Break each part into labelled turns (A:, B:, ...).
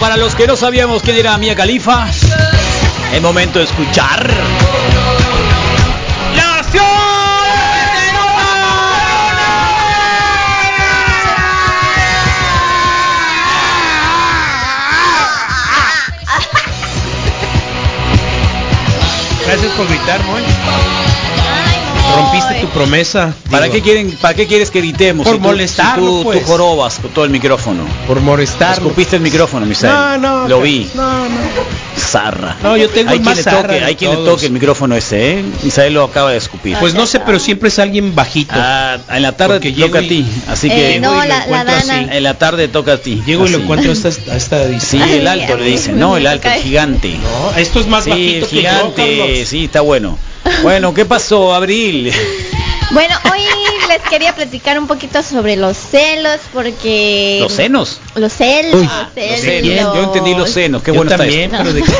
A: Para los que no sabíamos quién era Mia Califa, es momento de escuchar.
B: ¡Nación!
C: Gracias por gritar, Moy. Rompiste tu promesa.
A: ¿Para
C: Digo,
A: qué quieren? ¿Para qué quieres que gritemos?
C: Por
A: tú-
C: molestarlo,
A: tú, tú
C: pues.
A: jorobas con todo el micrófono.
C: Por molestar.
A: Escupiste el micrófono, Misael.
C: No, no.
A: Lo
C: pero-
A: vi.
C: No, no.
A: Zarra.
C: No, yo tengo
A: hay
C: el
A: quien
C: más
A: le
C: zarra
A: toque,
C: de
A: hay quien le
C: todos.
A: toque el micrófono ese, ¿eh? Misael lo acaba de escupir.
C: Pues no sé, pero siempre es alguien bajito.
A: Ah, en la tarde
C: Porque
A: te toca a
C: llego y-
A: ti, así
D: Eh,
A: que
C: Llego
D: no,
C: y lo
D: la, la
C: encuentro
D: Dana.
C: así.
A: en la tarde toca a ti.
C: Llego y lo
A: así.
C: encuentro hasta asta, hasta
A: Sí,
C: distancia.
A: el alto le dice, no, el alto, el gigante.
C: No, esto es más
A: Sí,
C: bajito
A: el
C: que yo,
A: gigante,
C: Carlos.
A: sí, está bueno. Bueno, ¿qué pasó, Abril?
D: Bueno, hoy les quería platicar un poquito sobre los celos porque...
A: Los senos.
D: Los celos.
C: Uy,
D: los
A: Los
D: celos.
A: senos. Yo entendí los senos, qué
C: Yo
A: bueno está
C: también,
A: esto.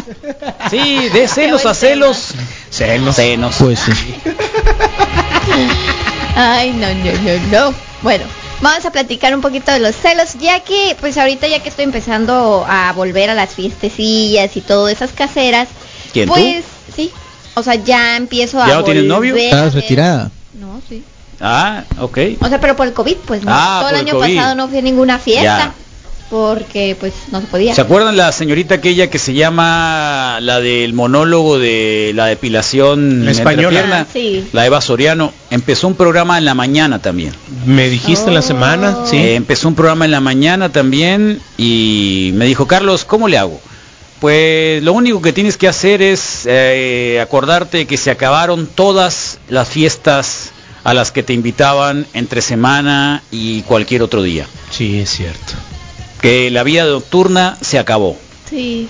C: pero de
A: Sí, de celos
D: buen
A: a celos.
C: Senos.
A: Senos.
C: Pues sí.
D: Ay, no, no, no, no. Bueno, vamos a platicar un poquito de los celos, ya que, pues ahorita ya que estoy empezando a volver a las fiestecillas y todas esas caseras,
A: ¿Quién, tú?
D: pues sí, o sea, ya empiezo a...
A: ¿Ya no tienes novio?
D: volver a
E: Estás
D: ver-
E: retirada.
D: No, sí.
A: Ah, ok.
D: O sea, pero por el COVID, pues no.
A: Ah,
D: Todo
A: por
D: el
A: el
D: año
A: COVID.
D: pasado no fui a ninguna fiesta.
A: Ya.
D: Porque pues no se podía.
A: ¿Se acuerdan la señorita aquella que se llama la del monólogo de la depilación
C: La española.
A: entrepierna?
D: Ah, sí.
A: La Eva Soriano empezó un programa en la mañana también.
C: Me dijiste en la semana, sí.
A: Eh, empezó un programa en la mañana también y me dijo, Carlos, ¿cómo le hago? Pues lo único que tienes que hacer es eh, acordarte que se acabaron todas las fiestas a las que te invitaban entre semana y cualquier otro día.
C: Sí, es cierto.
A: Que la vida nocturna se acabó.
D: Sí.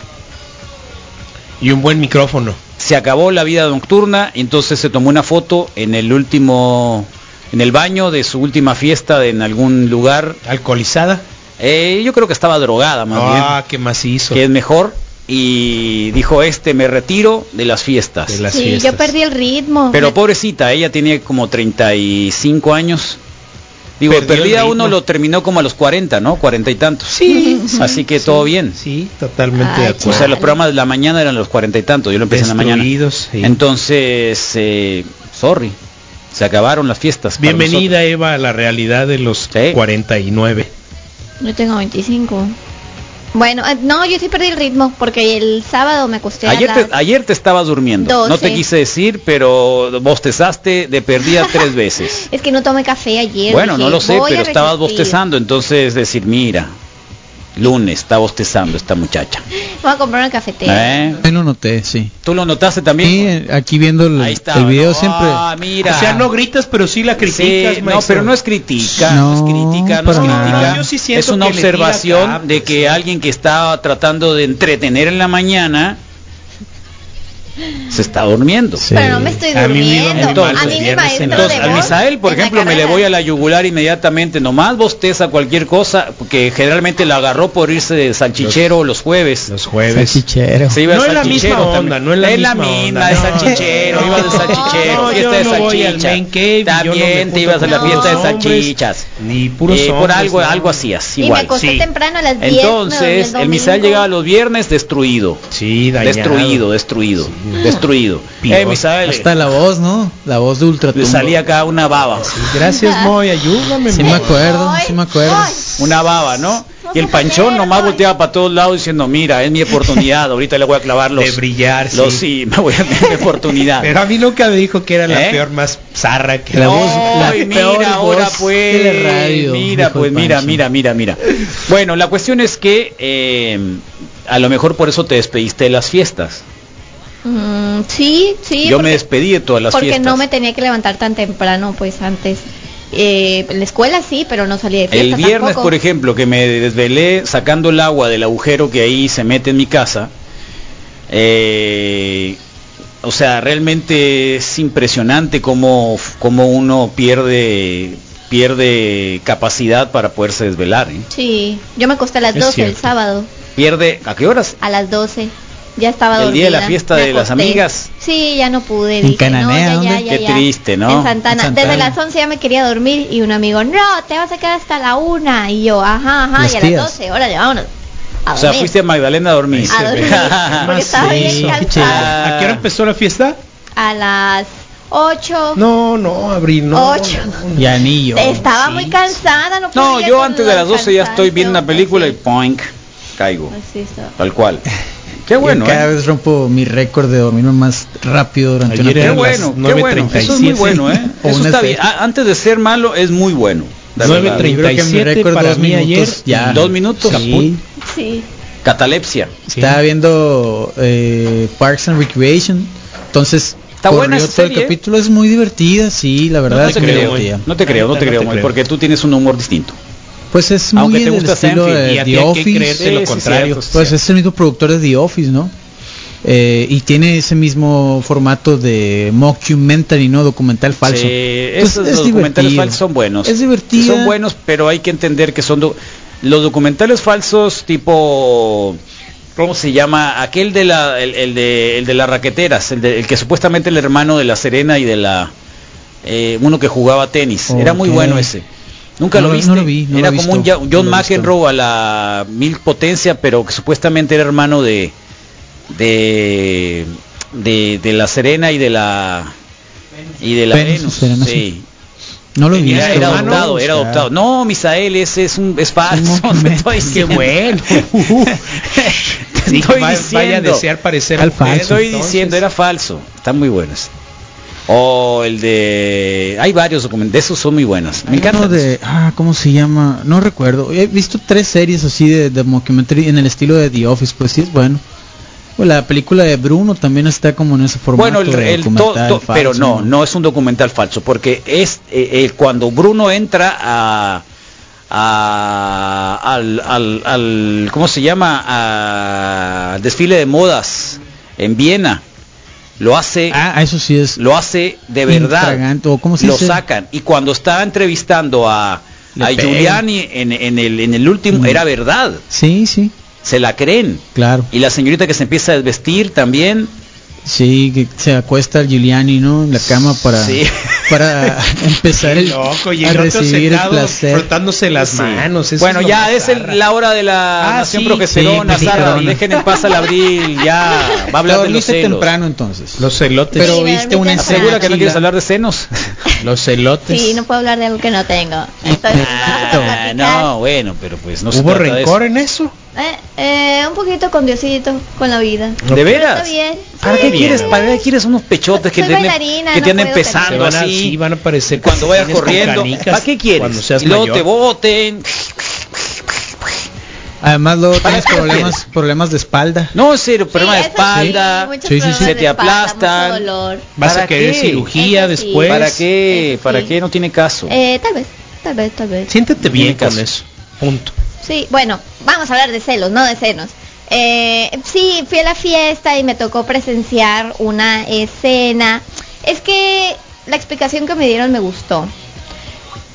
C: Y un buen micrófono.
A: se acabó la vida nocturna y entonces se tomó una foto en el último en el baño de su última fiesta de- en algún lugar
C: Alcoholizada.
A: Eh, yo creo que estaba drogada más
C: Ah, qué macizo.
A: bien que es mejor y dijo este me retiro de las fiestas
C: De las
D: sí,
C: fiestas.
D: yo perdí el ritmo.
A: pero
D: Me-
A: pobrecita ella tiene como 35 años digo
C: Perdió el
A: perdida uno
C: ritmo.
A: lo terminó como a los 40 no 40 y tantos
C: Sí,
A: así que todo bien
C: Sí, totalmente
D: Ay,
C: de
A: O
C: acuerdo.
A: sea, los programas de la mañana eran los cuarenta y tantos, yo lo empecé en la mañana.
C: Destruidos, sí.
A: Entonces, eh, sorry, se acabaron las fiestas. para
C: Bienvenida Eva a la realidad de los
A: Sí.
C: 49.
D: Yo tengo 25. Bueno, eh, no, yo sí perdí el ritmo porque el sábado me acosté
A: nosotros.
D: a
A: Ayer
D: las-
A: te, ayer te estabas durmiendo, no te
D: Doce.
A: quise decir, pero bostezaste de perdida tres veces.
D: Es que no tomé café ayer.
A: bueno,
D: dije,
A: no lo sé,
D: voy a
A: pero estabas
D: resistir.
A: bostezando, entonces decir, mira, lunes está bostezando esta muchacha.
D: Voy a comprar una cafetera.
A: ¿Eh?
E: Yo no noté, sí.
A: ¿Tú lo notaste
E: Sí,
A: también?
E: eh, aquí viendo el,
A: Ahí está.
E: el video
A: ¿no?
E: siempre.
A: Ah, mira.
C: O sea, no gritas, pero sí la criticas,
A: Sí, no,
C: maestro.
A: pero no es crítica,
E: No,
A: no, es crítica, no es
E: para nada.
A: crítica.
C: No, yo sí siento
A: es una
C: que le tira
A: observación
C: acá,
A: de
C: pues,
A: que
C: sí.
A: alguien que está tratando de entretener en la mañana se está durmiendo.
E: Sí.
D: Pero no me estoy
C: A mí me iba
D: durmiendo.
A: muy mal
D: a
A: los
D: mí mi
C: viernes
D: maestro
C: en la-
D: de
A: Entonces, a
D: voz
A: Misael, por
D: en la
A: ejemplo, me le
D: carrera.
A: voy a la yugular inmediatamente, nomás bosteza cualquier cosa, que generalmente la agarró por irse de salchichero los, jueves.
C: Los
E: Pues,
C: jueves.
E: Salchichero.
A: Se iba
C: No
A: al
C: es la
A: salchichero
C: misma onda,
A: también.
C: no es la misma
A: misma,
C: onda,
A: de
C: no.
A: salchichero,
D: No,
A: ibas de salchichero,
D: no,
A: fiesta
C: yo
A: de
C: no voy al
A: salchicha.
C: main cave, yo no me
A: También
C: junto
A: te ibas a
C: con
A: la
D: puros
A: fiesta de
C: hombres,
A: salchichas.
C: ni puros
A: Eh, por
C: hombres,
A: algo,
C: no.
A: algo así, así
D: Y me
A: igual.
D: acosté temprano a las 10, me dormí
A: Entonces,
D: el
A: el misal
D: domingo.
A: llegaba los viernes destruido.
C: Sí, dañado.
A: Destruido, destruido, destruido.
C: Pior.
A: Eh, Misael,
E: Hasta la voz, ¿no? La voz de Ultra
A: le salía acá una baba.
C: Gracias, Moy, ayúdame.
E: Sí
C: Moy.
E: me acuerdo,
D: Ay,
E: sí me acuerdo.
D: ay.
A: Una baba, ¿no?
D: No
A: Y el
D: se
A: panchón
D: genera,
A: nomás
D: no.
A: volteaba para todos lados diciendo, mira, es mi oportunidad, ahorita le voy a clavar los...
C: De brillar,
A: los,
C: sí.
A: sí, me voy a mi oportunidad.
C: Pero a mí nunca me dijo que era la
A: ¿Eh?
C: peor más zarra que
E: La
A: No,
E: voz- la
A: y
E: peor
A: mira, ahora
E: voz
A: pues,
E: de la radio,
A: mira,
E: dijo
A: pues
E: el
A: mira,
E: Pancho.
A: mira, mira, mira. Bueno, la cuestión es que eh, a lo mejor por eso te despediste de las fiestas.
D: Mm, sí, sí.
A: Yo
D: porque-
A: me despedí de todas las
D: porque
A: fiestas.
D: no me tenía que levantar tan temprano pues antes Eh, en la escuela sí pero no salía de fiesta
A: el viernes,
D: tampoco.
A: por ejemplo, que me desvelé sacando el agua del agujero que ahí se mete en mi casa, eh, o sea, realmente es impresionante cómo, cómo uno pierde, pierde capacidad para poderse desvelar. ¿eh?
D: sí yo me acosté a las
C: Es
D: 12 el
C: cierto.
D: sábado
A: Pierde, ¿a qué horas?
D: a las 12 ya estaba
A: El día de la
D: dormida,
A: fiesta
D: me
A: de las
D: acosté.
A: amigas.
D: sí ya no pude
E: En Cananea, ¿dónde?
A: Qué triste, ¿no?
D: en Santana.
E: En Santana.
D: desde las 11 ya me quería dormir y un amigo no te vas a quedar hasta la una y yo ajá ajá
E: Las
D: y a
E: tías.
D: las 12 órale vámonos a
A: O sea,
D: dormir.
A: fuiste a Magdalena a dormir.
D: A dormir, porque estaba bien
C: Macizo, qué chido.
D: cansada.
C: ¿A qué hora empezó la fiesta?
D: A las 8.
C: No, no, abril, no.
D: Ocho. Este
C: no, no.
E: Y anillo.
D: estaba
C: sí.
D: muy cansada, no
A: No,
D: podía
A: yo
D: con
A: antes
D: lo
A: de las 12 ya estoy
D: cansancio, Pues
A: viendo una película y
D: así.
A: poink, caigo.
D: Así estaba.
A: Tal cual. Qué
E: Yo
A: bueno.
E: Cada
A: ¿eh?
E: vez rompo mi récord de dormirme más rápido durante
C: Ayer
A: Qué
E: una
C: eran
E: película.
C: las
A: bueno, qué bueno.
C: 9:37.
A: Eso es muy bueno, ¿eh?
E: O
A: Eso
E: una
A: está
E: fe-
A: bien. Ah, antes de ser malo, es muy bueno. la verdad.
C: 9:37
E: Yo creo que mi récord
C: para
E: dos
C: mí
E: minutos
C: ayer.
E: ya.
A: Dos minutos.
E: Sí.
D: Sí.
A: Catalepsia.
E: Estaba viendo eh, Parks and Recreation. Entonces,
A: Está
E: corrió
A: buena esa
E: todo el
A: serie, ¿eh?
E: capítulo. Es muy divertida, sí, la verdad
A: No
E: es
A: te
E: muy
A: creo, ¿eh?
E: divertida.
A: no te creo, no
C: Ahorita
A: te
C: no
A: creo,
C: te
A: muy,
C: creo.
A: porque tú tienes un humor distinto.
E: Pues es muy
A: Aunque te
E: en el
A: gusta
E: estilo
A: Seinfeld,
E: de
C: Y a ti
E: The
C: hay que
E: Office.
C: creerte lo
A: Sí, sí,
C: contrario.
A: cierto.
E: Pues es el mismo productor de The Office, ¿no? Eh, y tiene ese mismo formato de mockumentary, ¿no? Documental falso.
A: Sí,
E: Entonces,
A: esos
E: es
A: documentales
E: divertido.
A: falsos son buenos.
E: Es divertido.
A: Son buenos, pero hay que entender que son do- los documentales falsos tipo ¿cómo se llama? Aquel de la el, el de el de las raqueteras, el, de- el que supuestamente el hermano de la Serena y de la eh, uno que jugaba tenis. Era muy
E: Ok.
A: bueno ese. Nunca
E: No
A: lo
E: lo-
A: viste.
E: no lo vi, no
A: era
E: lo he
A: como un
E: visto,
A: Ja-
E: no
A: John
E: lo he visto.
A: McEnroe a la mil potencia, pero que supuestamente era hermano de de de, de la Serena y de la y de la
E: Venus,
A: Venus,
E: Serena,
A: sí.
E: No lo he
A: Era,
E: visto.
A: era
C: hermano,
A: adoptado,
C: o
A: era
C: sea.
A: adoptado. No, Misael, ese es un es falso.
E: Un
A: te estoy
E: momento. Qué
A: diciendo.
E: Uh.
C: bueno.
A: Te
C: Sí,
A: estoy
C: va- Vaya a
A: diciendo.
C: desear parecer
E: Al
A: Te
E: falso,
A: estoy diciendo, era falso. Están muy buenos. O el de hay varios documentos, de esos son muy buenos. Me
E: Hay uno
A: encanta.
E: de, ah, ¿cómo se llama? No recuerdo. He visto tres series así de, de mockumentary en el estilo de The Office, pues sí es bueno. O la película de Bruno también está como en ese formato.
A: Bueno, el,
E: de
A: el to-
E: documental
A: to- pero
E: falso,
A: no, no es un documental falso, porque es eh, eh, cuando Bruno entra a, a- al, al- al- ¿cómo se llama? A- al desfile de modas en Viena, lo hace,
E: Ah, eso sí es.
A: eh, lo hace de verdad,
E: Intragante, o ¿cómo se
A: lo
E: dice?
A: sacan y cuando estaba entrevistando a,
E: Le
A: a
E: pegan.
A: Giuliani en, en el, en el último
E: Mm.
A: era verdad,
E: Sí, sí,
A: se la creen
E: claro.
A: y la señorita que se empieza a desvestir también
E: Sí, que se acuesta el Giuliani, ¿no? En la cama para
A: Sí.
E: para empezar
C: Qué
E: el,
C: loco, y
E: a
C: el otro
E: recibir el
C: sentado
E: placer.
C: frotándose las
A: Sí.
C: manos. eso
A: Bueno,
C: es lo
A: ya
C: más
A: es
C: zarra.
A: el- la hora de la
E: Ah,
A: nación
E: sí,
A: progesterona,
E: sí,
A: Sara.
E: progesterona.
A: Dejen en paz al abril, ya. Va a hablar de los
E: Dormiste
A: celos.
E: temprano entonces.
C: Los celotes.
E: pero
D: Sí, me
E: viste una
D: dormí temprano.
A: ¿Segura que no
E: ensalada.
A: quieres hablar de senos?
E: Los celotes.
A: Pues-
D: Sí, no puedo hablar de algo que no tengo. Entonces, vamos a
A: Ah,
D: platicar.
A: no, bueno, pero pues no se
C: ¿Hubo
A: trata de
C: rencor
A: eso.
C: en eso?
D: Eh, eh, un poquito con Diosito, con la vida.
A: ¿De
D: Pero está
A: veras?
D: bien.
A: ¿Para Ah,
D: Sí,
A: qué
D: sí,
A: quieres?
D: sí.
A: ¿Para qué quieres unos pechotes que
D: Soy
A: te anden,
D: bailarina,
A: que te
D: no
A: anden
D: puedo
A: pesando
C: Se van a-
A: así?
C: sí, van a aparecer
A: Cuando vayas
C: calcetines con
A: corriendo,
C: canicas
A: ¿para qué quieres?
C: Cuando seas
A: y luego
C: mayor.
A: te boten.
E: Además luego
A: ¿Para
E: tienes
A: qué lo
E: problemas
A: quieres?
E: problemas de espalda.
A: No, en serio,
D: Sí,
A: problema de
D: eso sí,
A: espalda.
D: muchos
E: Sí, sí, sí.
D: problemas
A: Se
D: de
A: te
D: espalda,
A: aplastan.
D: mucho dolor.
C: Vas
A: ¿Para
C: a querer
A: qué?
C: cirugía pues.
D: Eso sí.
C: después.
A: ¿Para qué?
D: Eso
A: ¿Para
D: sí.
A: qué? No tiene caso.
D: Eh, tal vez, tal vez, tal vez. Sí.
C: Siéntete
A: No
C: bien
A: tiene caso.
C: con eso. Punto.
D: bueno, vamos a hablar de celos, no de senos. Eh, sí, fui a la fiesta y me tocó presenciar una escena. Es que la explicación que me dieron me gustó.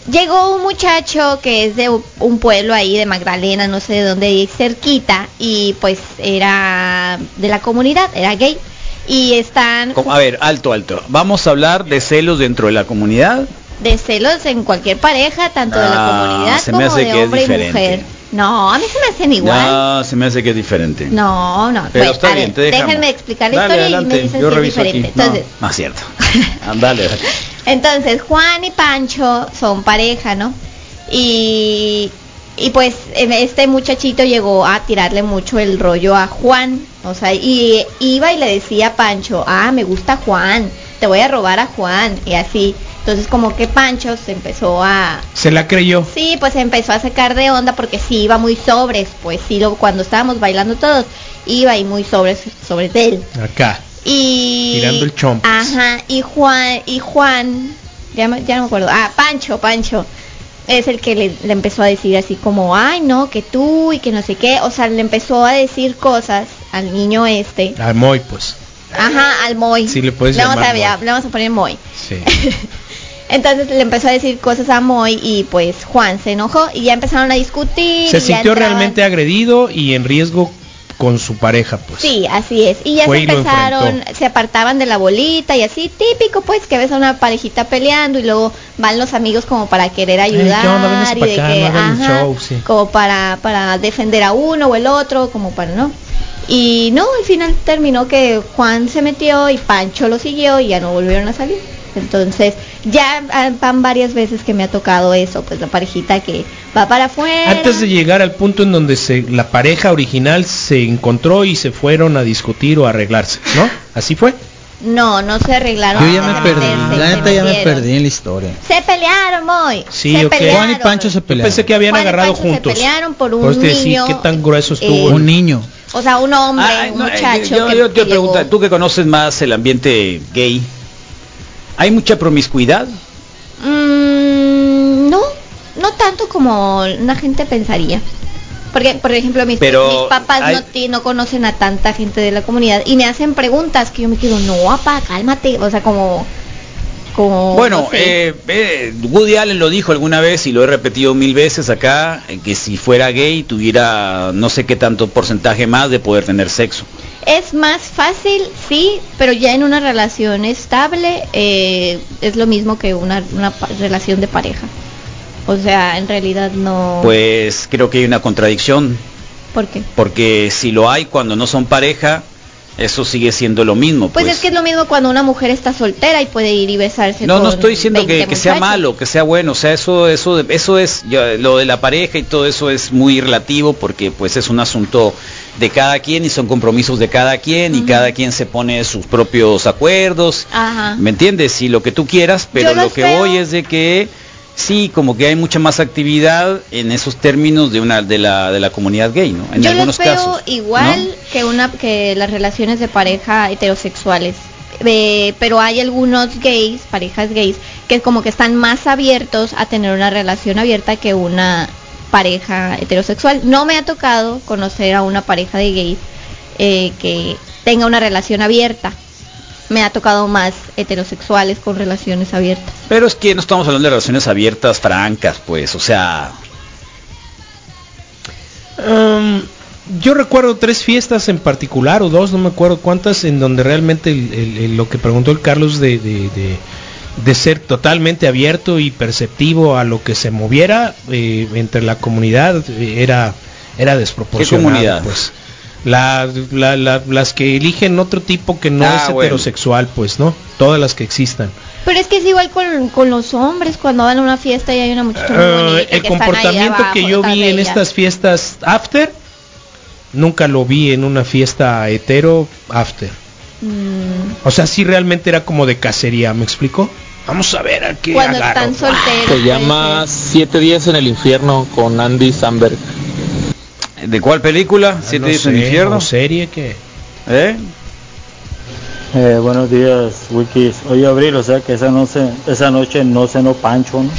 D: Llegó un muchacho que es de u- un pueblo ahí de Magdalena, no sé de dónde, cerquita, y pues era de la comunidad, era gay. Y están
A: Como- A ver, alto, alto. Vamos a hablar de celos dentro de la comunidad.
D: de celos en cualquier pareja, tanto de la
A: Ah,
D: comunidad
A: se me
D: como
A: hace
D: de
A: que es
D: hombre y
A: diferente.
D: mujer. No, a mí se me hacen igual.
A: No, se me hace que es diferente.
D: No, no.
A: Pero
D: Bueno,
A: está
D: a
A: bien,
D: ver,
A: te dejamos.
D: déjenme explicar la
A: Dale,
D: historia
A: adelante,
D: y me dicen
A: yo
D: si es
A: reviso
D: diferente.
A: aquí. No,
D: Entonces,
A: no es cierto. Ah, Dale.
D: entonces, Juan y Pancho son pareja, ¿no? Y, y pues em, este muchachito llegó a tirarle mucho el rollo a Juan. O sea, y iba y le decía a Pancho, ah, me gusta Juan, te voy a robar a Juan. Y así. Entonces como que Pancho se empezó a,
C: Se la creyó.
D: Sí, pues empezó a sacar de onda porque sí iba muy sobres, pues sí, lo, cuando estábamos bailando todos, iba y muy sobres, sobres de él.
C: Acá.
D: Y...
C: Tirando el chompas.
D: Ajá, y Juan, y Juan, ya, me- ya no me acuerdo, ah, Pancho, Pancho, es el que le, le empezó a decir así como, ay, no, que tú y que no sé qué, o sea, le empezó a decir cosas al niño este,
C: A Moy, pues.
D: ajá, al Moy.
C: Sí, le puedes
D: vamos
C: llamar
D: a, ya,
C: Moy.
D: le vamos a poner Moy.
C: Sí.
D: Entonces le empezó a decir cosas a Moy y pues Juan se enojó y ya empezaron a discutir.
C: Se
D: y ya
C: sintió
D: entraban-
C: realmente agredido y en riesgo con su pareja, pues.
D: Sí, así es. Y ya
C: Fue
D: se
C: y lo
D: empezaron,
C: enfrentó.
D: se apartaban de la bolita y así, típico pues, que ves a una parejita peleando y luego van los amigos como para querer
C: Ay, ¿qué
D: ayudar
C: onda? Vénganse
D: y
C: pa'
D: de
C: acá,
D: que,
C: no hagan el
D: ajá,
C: show, sí.
D: como para, para defender a uno o el otro, como para no. Y no, al final terminó que Juan se metió y Pancho lo siguió y ya no volvieron a salir. Entonces, ya ah, van varias veces que me ha tocado eso, pues la parejita que va para afuera.
C: Antes de llegar al punto en donde se, la pareja original se encontró y se fueron a discutir o a arreglarse, ¿no? Así fue.
D: No, no se arreglaron.
E: Yo ya
D: antes
E: me
D: de
E: perdí,
D: meterse,
E: la
D: se
E: neta ya me
D: metieron.
E: perdí en la historia.
D: Se pelearon, Moy.
C: Sí,
D: se
C: ok.
D: pelearon.
E: Juan y Pancho se
C: Yo
E: pelearon.
C: pensé que habían
D: Juan y
C: agarrado
D: Pancho
C: juntos.
D: Se pelearon por un
A: Pues
C: Por eso te decía,
D: niño. eh,
C: ¿qué tan grueso estuvo
E: Un niño.
D: O sea, un hombre,
A: Ay,
D: un
A: no, eh,
D: muchacho.
A: yo,
D: que-
A: yo te
D: que llegó.
A: pregunto, tú que conoces más el ambiente gay, ¿hay mucha promiscuidad?
D: Mm, no, no tanto como la gente pensaría. Porque, por ejemplo, mis,
A: Pero
D: mis papás
A: hay-
D: no, ti- no conocen a tanta gente de la comunidad y me hacen preguntas que yo me quedo, no, apá, cálmate. O sea, como... como
A: Bueno,
D: no sé.
A: eh, eh, Woody Allen lo dijo alguna vez y lo he repetido mil veces acá, eh, que si fuera gay tuviera no sé qué tanto porcentaje más de poder tener sexo.
D: Es más fácil, sí, pero ya en una relación estable eh, es lo mismo que una, una pa- relación de pareja. O sea, en realidad no...
A: Pues creo que hay una contradicción,
D: ¿Por qué?
A: porque si lo hay cuando no son pareja, eso sigue siendo lo mismo.
D: Pues, es que es lo mismo cuando una mujer está soltera y puede ir y besarse.
A: No, no
D: con
A: estoy diciendo
D: 20
A: que, que sea
D: muchachos.
A: malo, que sea bueno, o sea, eso, eso, eso es, ya, lo de la pareja y todo eso es muy relativo porque pues es un asunto de cada quien y son compromisos de cada quien y
D: Ujú.
A: cada quien se pone sus propios acuerdos,
D: Ajá.
A: ¿me entiendes? Y lo que tú quieras, pero
D: Yo
A: lo
D: los
A: que
D: veo-
A: voy es de que sí, como que hay mucha más actividad en esos términos de una de la, de la comunidad gay, ¿no? En
D: Yo
A: algunos
D: los veo
A: casos.
D: igual
A: ¿no?
D: que una que las relaciones de pareja heterosexuales. Eh, pero hay algunos gays, parejas gays, que como que están más abiertos a tener una relación abierta que una pareja heterosexual. No me ha tocado conocer a una pareja de gays eh, que tenga una relación abierta. Me ha tocado más heterosexuales con relaciones abiertas.
A: Pero es que no estamos hablando de relaciones abiertas, francas, pues, o sea,
C: Um, yo recuerdo tres fiestas en particular o dos, no me acuerdo cuántas, en donde realmente el- el- el- lo que preguntó el Carlos de, de- de- de ser totalmente abierto y perceptivo a lo que se moviera eh, entre la comunidad eh, era era desproporcionado.
A: comunidad?
C: Pues. La- la- la- las que eligen otro tipo que no
A: Ah,
C: es
A: bueno.
C: heterosexual, pues, ¿no? Todas las que existan.
D: Pero es que es igual con, con los hombres cuando van a una fiesta y hay una muchacha muy
C: Eh,
D: bonita
C: el
D: que están ahí
C: comportamiento
D: abajo
C: que yo
D: detrás
C: vi
D: de
C: en
D: ella.
C: estas fiestas after nunca lo vi en una fiesta hetero after
D: Mm,
C: o sea sí realmente era como de cacería me explico vamos a ver a qué
D: cuando
A: ah,
C: agarro.
D: están solteros.
B: Se
D: puede
B: llama
D: ser.
B: Siete días en el infierno con Andy Samberg.
A: ¿De cuál película?
C: Ah,
A: ¿Siete
C: no
A: días en el
C: sé,
A: infierno?
C: o serie que
A: ¿Eh?
F: Eh, buenos días, Wikis. Hoy abril, o sea que esa noche, esa noche no cenó Pancho, ¿no?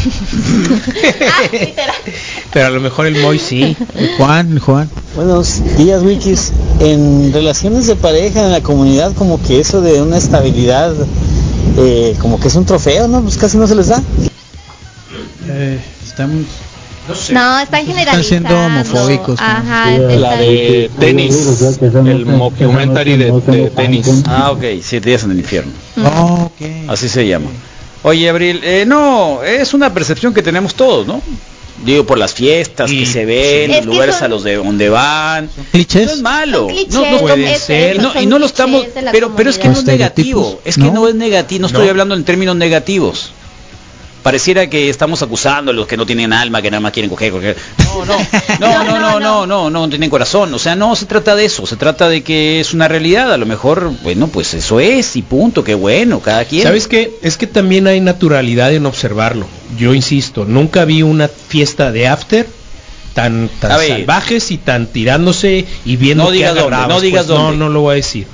C: pero a lo mejor el Moy sí
E: Juan, Juan.
G: Buenos días, Wikis. En relaciones de pareja en la comunidad, como que eso de una estabilidad, eh, como que es un trofeo, ¿no? Pues casi no se les da.
E: Eh, estamos
D: No, están generalizando.
E: Están siendo homofóbicos, ¿no?
D: Ajá,
F: Sí,
B: La
D: están-
B: de tenis. El mockumentary de, de tenis.
A: Ah, ok, siete días en el infierno.
D: Mm.
C: Mm.
E: ok.
A: Así se llama. Oye, Abril, eh, no, es una percepción que tenemos todos, ¿no? Digo, por las fiestas
C: Y-
A: que se ven,
D: Es
A: los
D: que
A: lugares
D: son-
A: a los de donde van.
E: ¿Clichés?
A: Eso es malo.
D: Son clichés,
A: No, no,
D: son
C: puede
D: clichés,
C: ser.
A: y no,
D: son
A: y no lo
D: clichés
A: estamos,
D: de la
A: pero, pero es que no es
D: comunidad.
A: negativo. Es que no,
E: ¿No?
A: es negativo. No estoy
C: No.
A: hablando en términos negativos. Pareciera que estamos acusando a los que no tienen alma, que nada más quieren coger, coger. No, no, no, no, no, no, no, no, no tienen corazón. O sea, no se trata de eso. Se trata de que es una realidad. A lo mejor, bueno, pues eso es y punto. Qué bueno, cada quien.
C: sabes qué es que también hay naturalidad en observarlo yo insisto nunca vi una fiesta de after tan,
A: A
C: tan
A: ver.
C: salvajes y tan tirándose y viendo
A: No
C: qué
A: digas dónde,
C: agarrabas, Pues,
A: no digas
C: no
A: dónde.
C: no lo voy a decir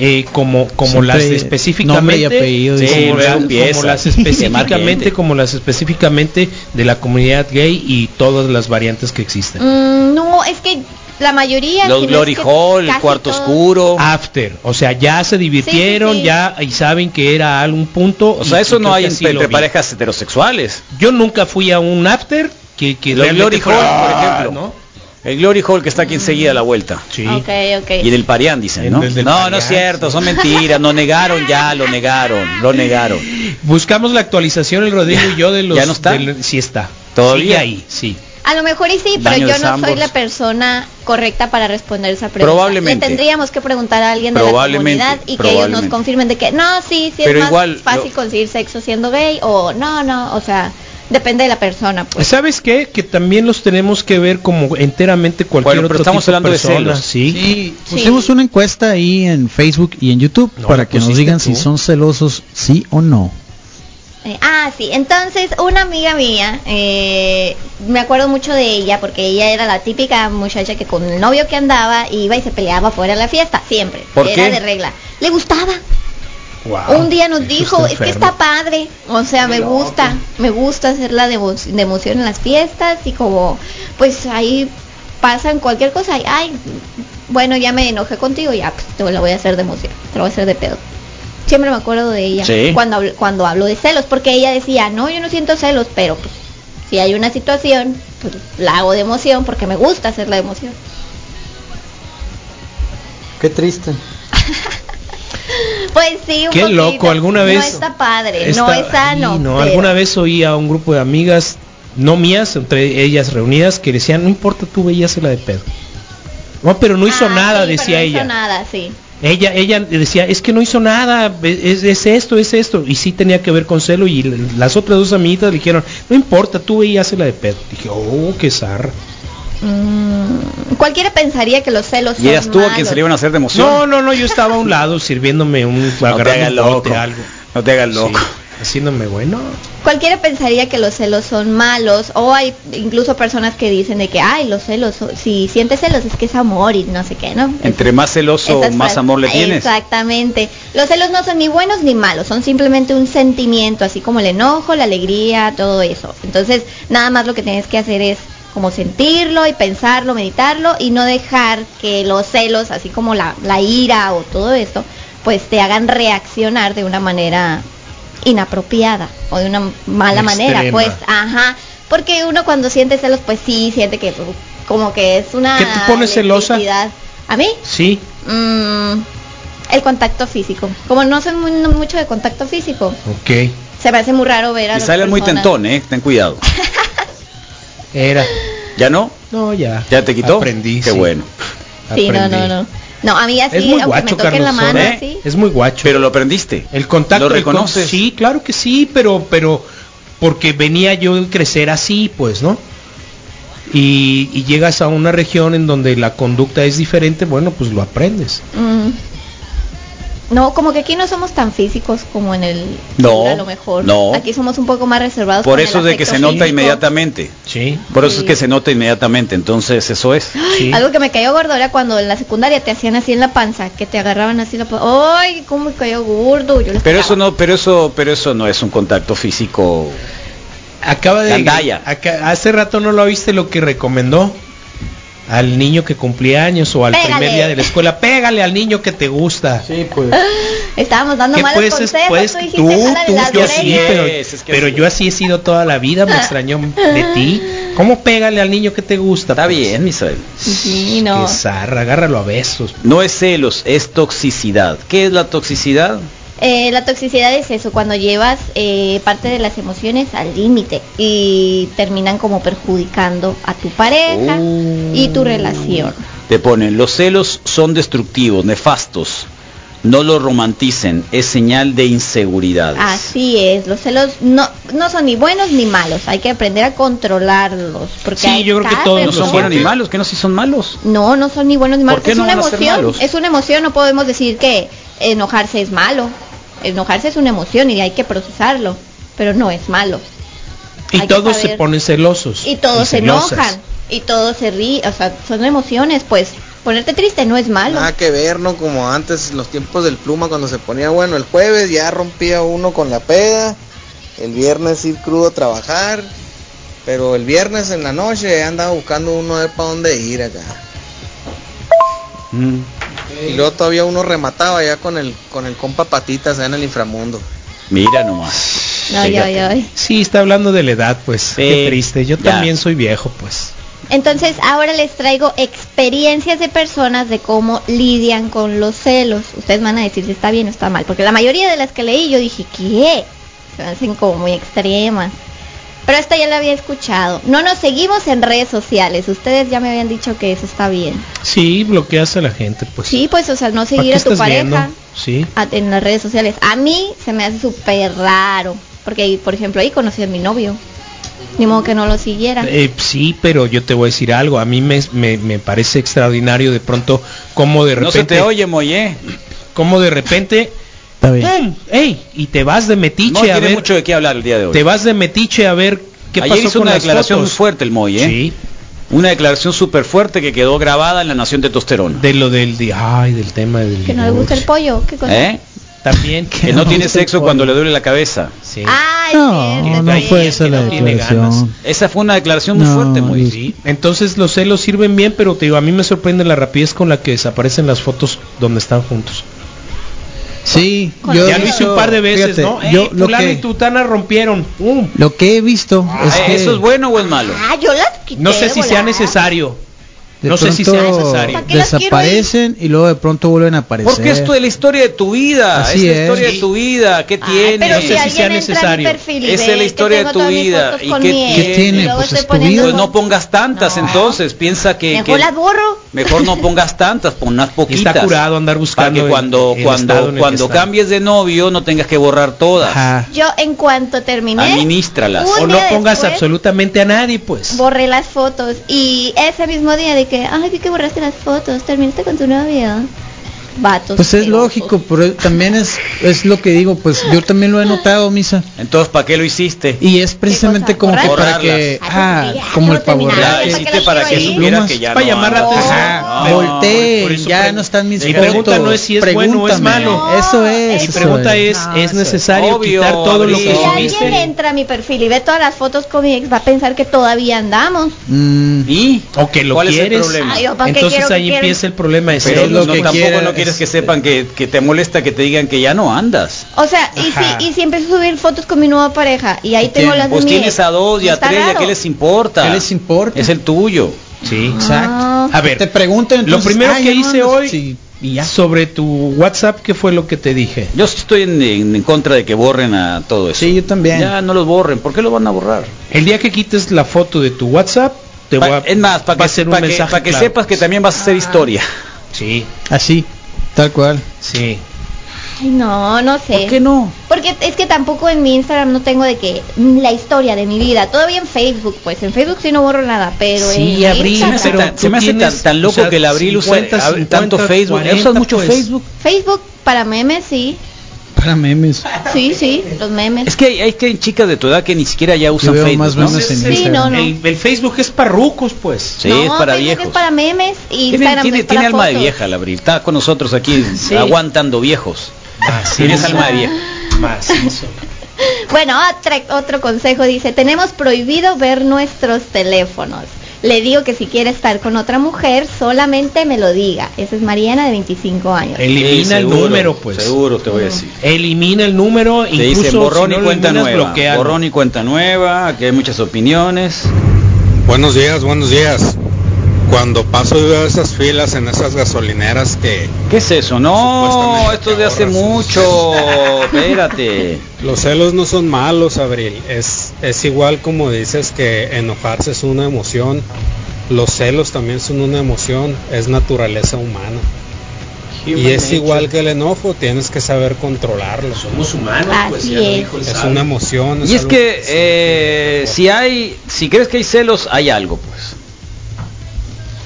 C: Eh, como como
E: Siempre
C: las de
E: nombre y
C: específicamente
E: apellido,
C: como,
A: dice. Sí,
C: las-
A: luego empieza.
C: como las
A: Se marca gente.
C: específicamente como las específicamente de la comunidad gay y todas las variantes que existen
D: Mm, no, es que la mayoría. si no
A: Los
D: es
A: Glory
D: que
A: Hall, el
D: casi
A: cuarto
D: todos-
A: oscuro.
C: after o sea ya se divirtieron
D: sí.
C: ya y saben que era algún punto
A: o sea,
C: y-
A: eso
C: y
A: no
C: creo
A: hay
C: que
A: en-
C: así lo
A: entre
C: vi.
A: parejas heterosexuales.
C: yo nunca fui a un after que que
A: Los
C: realmente
A: Glory
C: fuera-
A: Hall, por
C: Ah,
A: ejemplo.
C: ¿no?
A: El Glory Hall que está aquí enseguida a la vuelta.
C: Sí.
D: Ok, ok.
A: Y en el Parián, dicen,
C: En
A: ¿no?
C: el del
A: no, no
C: Parián,
A: es cierto, son mentiras. No negaron ya, lo negaron, lo negaron.
C: Buscamos la actualización, el Rodrigo y yo, de los...
A: ¿Ya no está?
C: de lo- sí está.
A: ¿Todavía?
C: Sigue ahí, sí.
D: A lo mejor y sí, pero
A: Daño de
D: yo no soy
A: Sanborns.
D: la persona correcta para responder esa pregunta.
A: Probablemente.
D: Le tendríamos que preguntar a alguien de la
A: Probablemente,
D: comunidad y que ellos nos
A: probablemente.
D: confirmen de que no, sí, sí
A: Pero
D: es más
A: igual,
D: fácil
A: lo-
D: conseguir sexo siendo gay o no, no, o sea, depende de la persona. Pues.
C: ¿Sabes qué? Que también los tenemos que ver como enteramente cualquier
A: Bueno, pero
C: otro
A: estamos
C: tipo
A: hablando de
C: persona,
A: celos.
C: ¿sí?
E: Sí,
D: Sí.
E: pusimos una encuesta ahí en Facebook y en YouTube
C: No,
E: para
C: la
E: que nos
C: pusiste
E: digan
C: tú.
E: si son celosos, sí o no.
D: Eh, ah, sí. Entonces, una amiga mía, eh, me acuerdo mucho de ella porque ella era la típica muchacha que con el novio que andaba iba y se peleaba fuera de la fiesta, siempre.
A: ¿Por
D: era
A: qué?
D: de regla. Le gustaba.
C: Guau,
D: Un día nos
C: eso
D: dijo, es que
C: enfermo.
D: está padre, o sea, me gusta, me gusta hacerla de, emo- de emoción en las fiestas y como, pues ahí pasan cualquier cosa y, ay, bueno, ya me enojé contigo, ya, pues te la voy a hacer de emoción, te la voy a hacer de pedo. Siempre me acuerdo de ella
A: Sí.
D: cuando, hablo, cuando hablo de celos, porque ella decía, no, yo no siento celos, pero pues, si hay una situación, pues la hago de emoción porque me gusta hacerla de emoción.
G: Qué triste.
D: Pues sí, un
C: Qué
D: poquito.
C: loco, alguna
D: No
C: vez
D: está padre, no
C: Esta-
D: es sano.
C: Ay, no,
D: pero-
C: alguna vez oí a un grupo de amigas, no mías, entre ellas reunidas, que decían, no importa tú, veías la de pedo. No, pero no hizo
D: Ah,
C: nada,
D: sí, pero
C: decía
D: no
C: ella.
D: hizo nada, sí.
C: Ella, ella decía, es que no hizo nada, es, es esto, es esto. Y sí tenía que ver con celo y l- las otras dos amiguitas le dijeron, no importa, tú ve y hazla de pedo. Dije, oh, qué zarra.
D: Mm, cualquiera pensaría que los celos
A: Y eras
D: son
A: tú a quien
D: malos.
A: se le iban a hacer de emoción.
C: No, no, no, yo estaba a un lado sirviéndome un,
A: no te hagas
C: agarrando un bote,
A: loco.
C: algo.
A: No te hagas loco.
C: Sí, haciéndome bueno.
D: Cualquiera pensaría que los celos son malos o hay incluso personas que dicen de que ay los celos son- si sientes celos es que es amor y no sé qué no
A: Entre más celoso,
D: Esas
A: más
D: frases.
A: amor le tienes.
D: Exactamente. Los celos no son ni buenos ni malos, son simplemente un sentimiento, así como el enojo, la alegría, todo eso. Entonces, nada más lo que tienes que hacer es como sentirlo y pensarlo, meditarlo y no dejar que los celos, así como la, la ira o todo esto, pues te hagan reaccionar de una manera inapropiada o de una mala manera,
C: Extrema.
D: pues, ajá, porque uno cuando siente celos, pues sí, siente que pues, como que es una...
C: ¿Qué te pone celosa?
D: electricidad. ¿A mí?
C: Sí,
D: Mm, el contacto físico. Como no soy muy- no mucho de contacto físico,
C: ok.
D: se me hace muy raro ver a
A: Y
D: las
A: sales muy
D: personas.
A: tentón, ¿eh? Ten cuidado.
C: Era.
A: ¿Ya no?
C: No, ya.
A: ¿Ya te quitó?
C: Aprendí.
A: Qué
C: sí,
A: bueno.
D: Sí, no, no,
C: aprendí.
D: no. No, a mí así,
C: Es muy
D: aunque
C: guacho,
D: me toquen
C: Carlos.
D: la mano,
A: ¿eh?
D: sí.
C: Es muy guacho.
A: Pero lo aprendiste.
C: el contacto.
A: ¿Lo
C: el con-
A: reconoces?
C: sí, claro que sí, pero, pero porque venía yo de crecer así, pues, ¿no? Y, y llegas a una región en donde la conducta es diferente, bueno, pues lo aprendes.
D: Mm. No, como que aquí no somos tan físicos como en el
A: No,
D: sur, a lo mejor.
A: no.
D: Aquí somos un poco más reservados.
A: Por
D: con el
A: eso es de que se
D: aspecto
A: nota
D: físico.
A: inmediatamente.
C: Sí.
A: Por eso es
D: Sí.
A: que se nota inmediatamente. Entonces, eso es.
C: sí.
D: Algo que me cayó gordo era cuando en la secundaria te hacían así en la panza, que te agarraban así la panza. ¡Ay, cómo me cayó gordo! Yo les
A: Pero eso
D: pegaba.
A: no, pero eso, pero eso no es un contacto físico.
C: Acaba de
A: Gandaya.
C: acá- hace rato no lo viste lo que recomendó al niño que cumplía años o al
D: Pégale.
C: primer día de la escuela, pégale al niño que te gusta.
G: Sí, pues.
D: Estábamos dando
C: ¿Qué
D: malos
C: puedes-
D: consejos.
C: puedes-
D: tú dijiste
C: pues, tú,
D: jala de
C: tú,
D: las
C: yo
D: orejas.
C: sí,
A: greñas.
C: pero,
A: Es, es que
C: pero
A: así.
C: yo así he sido toda la vida, me extrañó de ti. ¿Cómo pégale al niño que te gusta?
A: Está
C: pues?
A: bien, Misael.
D: Sí, no.
C: Qué zarra, agárralo a besos.
A: No es celos, es toxicidad. ¿Qué es la toxicidad?
D: Eh, la toxicidad es eso, cuando llevas eh, parte de las emociones al límite y terminan como perjudicando a tu pareja
A: Uh.
D: y tu relación.
A: Te ponen, los celos son destructivos, nefastos. No lo romanticen, es señal de inseguridades.
D: Ah, Así es, los celos no, no son ni buenos ni malos, hay que aprender a controlarlos. Porque
C: Sí,
D: hay
C: yo creo que
D: cada
C: todos
A: No son
D: persona-
A: buenos ni malos, que no si son malos.
D: No, no son ni buenos ni malos.
A: ¿Por qué
D: es
A: no
D: una
A: van a ser
D: emoción.
A: malos?
D: Es una emoción. No podemos decir que enojarse es malo. Enojarse es una emoción y hay que procesarlo. Pero no es malo.
C: Y
D: Hay que
C: todos se
D: saber.
C: ponen celosos.
D: Y todos se
C: celosas.
D: enojan. Y todos se ríen. O sea, son emociones. Pues ponerte triste no es malo.
C: Ah,
H: Nada que ver, ¿no? Como antes, en los tiempos del pluma, cuando se ponía bueno el jueves, ya rompía uno con la peda. El viernes ir crudo a trabajar. Pero el viernes en la noche andaba buscando uno a ver para dónde ir acá. Y luego todavía uno remataba ya con el con el compa patitas allá en el inframundo.
A: Mira nomás.
D: no, yo,
A: fíjate.
D: yo,
C: Sí, está hablando de la edad, pues.
A: Sí,
C: Qué triste. Yo
A: ya.
C: también soy viejo, pues.
D: Entonces ahora les traigo experiencias de personas de cómo lidian con los celos. Ustedes van a decir si está bien o está mal, porque la mayoría de las que leí yo dije, ¿qué? Se me hacen como muy extremas. Pero esta ya la había escuchado. No nos seguimos en redes sociales. Ustedes ya me habían dicho que eso está bien.
C: Sí, bloqueas a la gente, pues.
D: Sí, pues, o sea, no
C: ¿Para
D: seguir
C: qué
D: a tu
C: estás
D: pareja
C: viendo? Sí.
D: a- en las redes sociales. A mí se me hace súper raro. Porque, ahí, por ejemplo, ahí conocí a mi novio. Ni modo que no lo siguiera.
C: Eh, sí, pero yo te voy a decir algo. A mí me, me- me parece extraordinario de pronto cómo de
A: No se
C: repente,
A: te oye, Moye.
C: cómo de repente,
E: Está
C: ¡pum!
E: bien.
C: ¡Ey! Y te vas de metiche
A: No
C: a
A: tiene
C: ver,
A: mucho de qué hablar el día de hoy.
C: te vas de metiche a ver qué
A: Ayer
C: pasó
A: hizo
C: con
A: una
C: las
A: declaración
C: fotos.
A: fuerte el Moy, ¿eh?
C: Sí,
A: Una declaración súper fuerte que quedó grabada en la Nación de Tosterona.
C: de lo del, de- ay, del tema del.
D: que no le gusta el pollo. ¿Qué cosa?
A: ¿Eh?
C: También
A: Que no tiene sexo cuando le duele la cabeza.
C: Sí.
D: Ah, es
E: No,
D: cierto,
E: no
D: sí,
E: fue
D: que
E: esa
D: no
E: la
D: tiene-
E: declaración.
A: Esa fue una declaración muy
E: No,
A: fuerte, Moy.
E: Dios.
C: Sí, Entonces los celos sirven bien, pero te digo, a mí me sorprende la rapidez con la que desaparecen las fotos donde están juntos.
E: Sí,
D: Con
E: yo
D: la-
E: he
C: Ya lo hice
E: visto-
C: un par de veces,
E: fíjate,
C: ¿no? Ey,
E: yo lo
C: fulano
E: que-
C: y tutana rompieron. ¡Pum!
E: Lo que he visto es
A: Ah,
E: que
A: ¿Eso es bueno o es malo?
D: Ah, yo las quité,
C: No sé si sea
D: volá.
C: necesario.
E: de
C: no sé si sea
E: pronto
C: necesario.
D: ¿Para qué las quiero
E: desaparecen y luego de pronto vuelven a aparecer.
A: Porque esto es la historia de tu vida.
E: Así
A: es
E: es.
A: la historia de tu vida. ¿Qué
D: Ay,
A: tiene?
D: Ah, pero
C: No
D: si
C: sé si
D: alguien
C: sea
D: entra a mi
C: necesario.
D: perfil y
A: Esa
D: ve
A: es la
D: que
A: historia
D: tengo
A: de tu
D: todas mis
A: vida.
D: fotos
A: ¿Y
D: con
A: qué
D: mi ex,
E: tiene?
D: y luego
E: Pues
D: estoy
E: es tu
D: poniendo
E: vida.
A: Pues no pongas tantas
D: No.
A: entonces. Piensa que...
D: Mejor
A: que-
D: las borro.
A: mejor no pongas tantas, pon unas
C: Y
A: poquitas.
C: está curado andar
A: Para
C: buscando.
A: que
C: el-
A: cuando,
C: el estado
A: cuando,
C: en el
A: cuando
C: que está.
A: cambies de novio no tengas que borrar todas.
E: Ajá.
D: Yo en cuanto terminé,
A: Administralas.
D: Un
C: O no
D: día
C: pongas
D: después-
C: absolutamente a nadie, pues.
D: borré las fotos y ese mismo día de que, ay, vi que borraste las fotos, terminaste con tu novio. Vatos.
E: Pues es
D: celosos.
E: lógico, pero también es es lo que digo, pues yo también lo he notado, misa.
A: Entonces, ¿para qué lo hiciste?
E: Y es precisamente
D: cosa?
E: como que
A: ¿Borrarlas?
E: para que
D: Ay,
E: ah,
D: porque ya
E: como el
D: quiero terminar,
E: favor.
A: La
D: ¿para qué
A: hiciste
D: las
A: para
D: quiero
A: que
D: ahí?
A: supieras que ya
C: Para
A: no
C: llamar la
A: andas.
C: atención.
E: Ajá,
A: No,
C: por
E: volteen,
C: eso
E: ya
C: pregun-
E: no están mis
C: Mi
E: fotos.
C: pregunta no es si es bueno o es malo.
E: Eso es.
D: Mi
E: eso
C: pregunta
E: es.
C: es, ¿es necesario
A: Obvio,
C: quitar todo lo
A: Abril.
C: que
D: Si
A: Sí,
D: alguien
C: subiste?
D: entra a mi perfil y ve todas las fotos con mi ex, va a pensar que todavía andamos.
E: Mm,
A: ¿Y?
C: O que lo
A: ¿Cuál es el
C: quieres.
A: problema?
D: Ay, yo, ¿para qué
C: Entonces
D: quiero que
C: ahí
D: quieran?
C: empieza el problema de
A: Pero
E: es lo
A: no,
E: que
A: tampoco
E: quieras.
A: no quieres que sepan que, que te molesta que te digan que ya no andas.
D: O sea, y si, y si empiezo a subir fotos con mi nueva pareja y ahí
E: ¿Y
D: tengo
E: quién?
D: las de
A: Pues
D: mi
A: tienes
D: ex,
A: a dos y a
D: está
A: tres, ¿y a
D: raro.
A: qué les importa?
E: ¿Qué les importa?
A: Es el tuyo.
C: Sí.
D: Ah.
E: Exacto.
C: A ver,
E: te preguntan
C: lo
E: entonces,
C: primero
E: "Ay,
C: que
E: ya no
C: hice
E: andas".
C: hoy
E: Sí,
C: y ya. sobre tu WhatsApp, ¿qué fue lo que te dije?
A: Yo sí estoy en, en- en contra de que borren a todo eso.
E: sí, yo también.
A: Ya no los borren. ¿Por qué lo van a borrar?
C: El día que quites la foto de tu WhatsApp, te voy a,
A: Pa- es más,
C: va
A: para
C: a
A: que,
C: hacer un
A: pa' que,
C: mensaje
A: pa' que
C: claro.
A: sepas que también vas a
D: Ah.
A: hacer historia.
C: Sí,
E: Así, tal cual.
C: sí.
D: Ay, no, no sé.
A: ¿Por qué no?
D: Porque es que tampoco en mi Instagram no tengo de que mm, la historia de mi vida. Todavía en Facebook, pues en Facebook sí no borro nada, pero
C: Sí,
D: en
C: Abril,
D: Instagram-
A: Se me hace tan,
C: tú
A: se me hace tan-
C: tienes,
A: tan loco
C: o sea,
A: que el abril usa
C: 50,
A: ab- tanto
C: 50,
A: Facebook. ¿eh?
C: 40,
A: ¿Usas mucho
C: pues.
A: Facebook?
D: Facebook para memes sí.
E: Para memes.
D: Sí, sí, los memes.
A: Es que hay, hay que hay chicas de tu edad que ni siquiera ya usan
E: veo
A: Facebook.
E: más
A: ¿no?
E: memes en
D: Sí, no,
E: Instagram.
D: no.
C: El, el Facebook es parrucos, pues.
A: Sí, es para
D: Facebook
A: viejos.
D: es para memes y
A: Tiene,
D: Instagram
A: tiene-
D: es para
A: tiene alma de
D: fotos.
A: vieja, la Abril. Está con nosotros aquí aguantando viejos. Tienes alma de vieja.
C: Macizo.
D: Bueno, otra- otro consejo dice, tenemos prohibido ver nuestros teléfonos. Le digo que si quiere estar con otra mujer, solamente me lo diga. Esa es Mariana de 25 años.
C: Elimina
A: Sí,
C: el
A: seguro,
C: número, pues.
A: Seguro te voy a decir.
C: Elimina el número,
A: Te
C: incluso
A: dicen borrón
C: si no
A: y
C: lo
A: cuenta
C: eliminas,
A: nueva.
C: bloquéalo.
A: Borrón y cuenta nueva, que hay muchas opiniones.
I: Buenos días, buenos días. Cuando paso yo a esas filas en esas gasolineras que
A: ¿Qué es eso? No,
I: Supuestamente
A: esto
I: te
A: de hace
I: ahorras unos
A: mucho. Espérate.
I: los celos no son malos, Abril. Es, es igual como dices que enojarse es una emoción. Los celos también son una emoción, es naturaleza humana. y es igual que el enojo, tienes que saber controlarlo.
C: Somos humanos, pues.
D: Así
C: ya lo
D: es.
C: dijo el
I: Es
C: sabio.
I: una emoción.
A: Y es
I: algo
A: que
I: se-
A: eh, si hay, si crees que hay celos, hay algo, pues.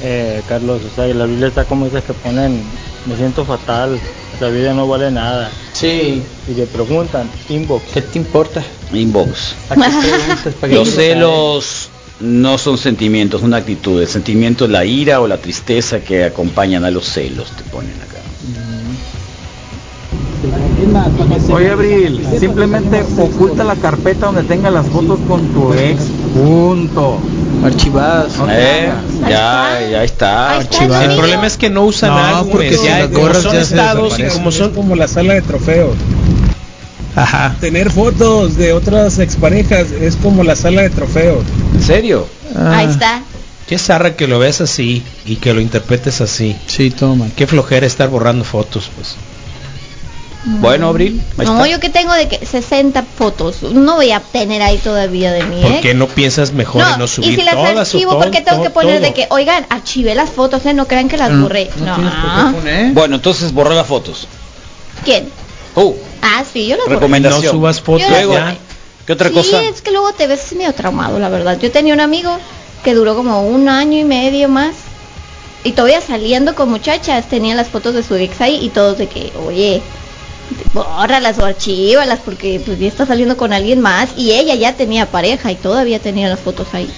F: Eh, Carlos, o sea, la Biblia está como esas que ponen, me siento fatal, la vida no vale nada.
G: Sí,
F: Y te preguntan, inbox,
G: ¿qué te importa?
A: Inbox.
G: ¿A qué preguntas? ¿Para qué
A: Los
G: te
A: celos no son sentimientos, es una actitud. El sentimiento es la ira o la tristeza que acompañan a los celos, te ponen acá.
J: Oye Abril, simplemente oculta la carpeta donde tenga las fotos con tu ex. Punto.
G: Archivadas.
A: Eh, ya,
D: Ahí está.
A: ya está.
D: Ahí está,
C: El
D: amigo.
C: problema es que no usan
E: No,
C: álbumes,
E: porque si
C: ya,
E: las
C: como
E: borras
C: son
E: ya se
C: estados y
E: desaparecen.
C: como son
J: Como la sala de trofeos.
C: Ajá.
J: Tener fotos de otras exparejas es como la sala de trofeos.
A: ¿En serio?
E: Ah,
D: Ahí está.
C: Qué zarra que lo veas así y que lo interpretes así.
E: Sí, toma.
C: Qué flojera estar borrando fotos, pues.
A: Mm. Bueno, Abril, ahí
D: No,
A: está.
D: yo que tengo de que 60 fotos. No voy a tener ahí todavía de mi
C: ¿Por
D: ex.
C: qué no piensas mejor en no subir
D: ¿Eh? y si las
C: todas o
D: archivo, ¿por qué
C: todo-
D: tengo que poner
C: todo?
D: de que, oigan, archivé las fotos, eh? No crean que las
A: No,
D: borré. No.
A: Bueno, entonces borra las fotos.
D: ¿Quién?
A: Tú,
D: Ah, sí, yo las borré.
A: recomendación.
C: No subas fotos
D: Yo-
A: Luego,
C: ya.
A: ¿qué otra
D: sí,
A: cosa?
D: es que luego te ves medio traumado, la verdad. Yo tenía un amigo que duró como un año y medio más. Y todavía saliendo con muchachas, tenía las fotos de su ex ahí y todos de que, oye, bórralas o archívalas porque pues ya está saliendo con alguien más. Y ella ya tenía pareja y todavía tenía las fotos ahí.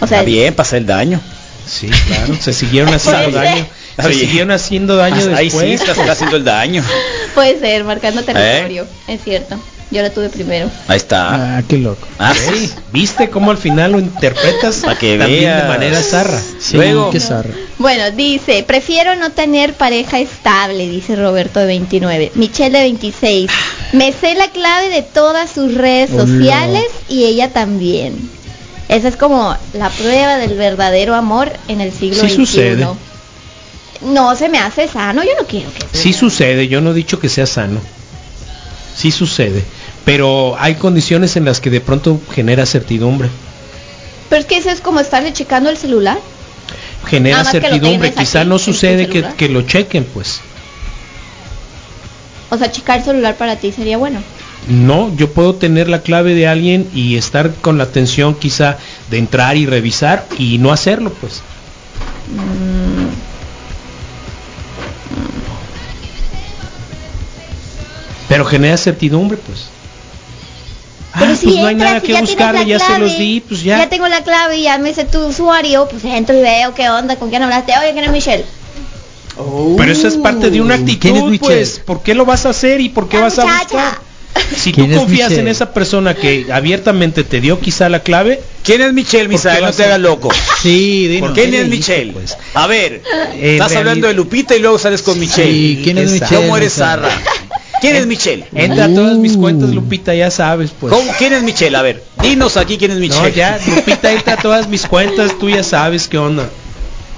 D: O sea,
A: Está bien, pasa el daño.
C: Sí, claro. Se siguieron haciendo
D: Puede
C: daño.
A: ser.
C: Se
A: Oye.
C: siguieron haciendo daño
A: Ahí sí
C: después.
A: estás haciendo el daño.
D: puede ser, marcando territorio. Es cierto. Yo la tuve primero.
A: Ahí está.
E: Ah, qué loco.
A: Ah,
C: Sí,
A: sí.
C: ¿Viste cómo al final lo interpretas?
A: Pa' que
C: también
A: veas.
C: de manera zarra.
E: Sí,
A: Luego-
E: qué zarra.
D: Bueno, dice, prefiero no tener pareja estable, dice Roberto de 29, Michelle de 26. Me sé la clave de todas sus redes
C: Oh,
E: Hola.
D: sociales y ella también. Esa es como la prueba del verdadero amor en el siglo
C: Sí
D: XXI.
C: sucede.
D: No se me hace sano, yo no quiero que sea.
C: Sí sucede, yo no he dicho que sea sano. Sí sucede. Pero hay condiciones en las que de pronto genera certidumbre.
D: Pero es que eso es como estarle checando el celular.
C: Genera
D: Nada más que lo
C: certidumbre.
D: tengas aquí,
C: Quizá no
D: en tu
C: sucede que,
D: celular.
C: que lo chequen, pues.
D: O sea, checar el celular para ti sería bueno.
C: No, yo puedo tener la clave de alguien y estar con la atención quizá de entrar y revisar y no hacerlo, pues. Pero genera certidumbre, pues.
D: Pero
C: Ah,
D: si
C: pues no hay
D: entras
C: nada
D: y
C: que
D: ya
C: buscarle, ya
D: tienes la
C: se los
D: clave,
C: di, pues ya.
D: Ya tengo la clave y ya me sé tu usuario, pues entro y veo qué onda, con quién hablaste. Oye, ¿quién es Michelle?
C: Pero eso es parte de una
E: ¿Quién es
C: actitud,
E: Michelle?
C: pues. ¿Por qué lo vas a hacer y por qué
D: La
C: vas a buscar?
D: Ah, muchacha.
C: Si tú
E: ¿Quién es
C: confías en
E: Michelle?
C: esa persona que abiertamente te dio quizá la clave,
A: ¿Quién es Michelle,
C: qué
A: Misael? No
C: vas
A: te
C: a-
A: hagas loco.
E: Sí, dinos.
A: ¿Por quién
E: ¿Qué
A: es
E: le
A: Michelle?
E: hizo, pues?
A: A ver,
C: Eh,
A: estás
C: reali-
A: hablando de Lupita y luego sales con Michelle.
E: Sí, ¿quién es
A: Esa.
E: Michelle?
A: ¿Cómo eres
E: Esa.
A: Sarra? ¿Quién es Michelle?
C: entra a todas mis
E: Uh.
C: cuentas, Lupita, ya sabes, pues.
A: ¿Cómo- ¿Quién es Michelle? A ver, dinos aquí quién es
C: No,
A: Michelle.
C: ya, Lupita entra a todas mis cuentas, tú ya sabes qué onda.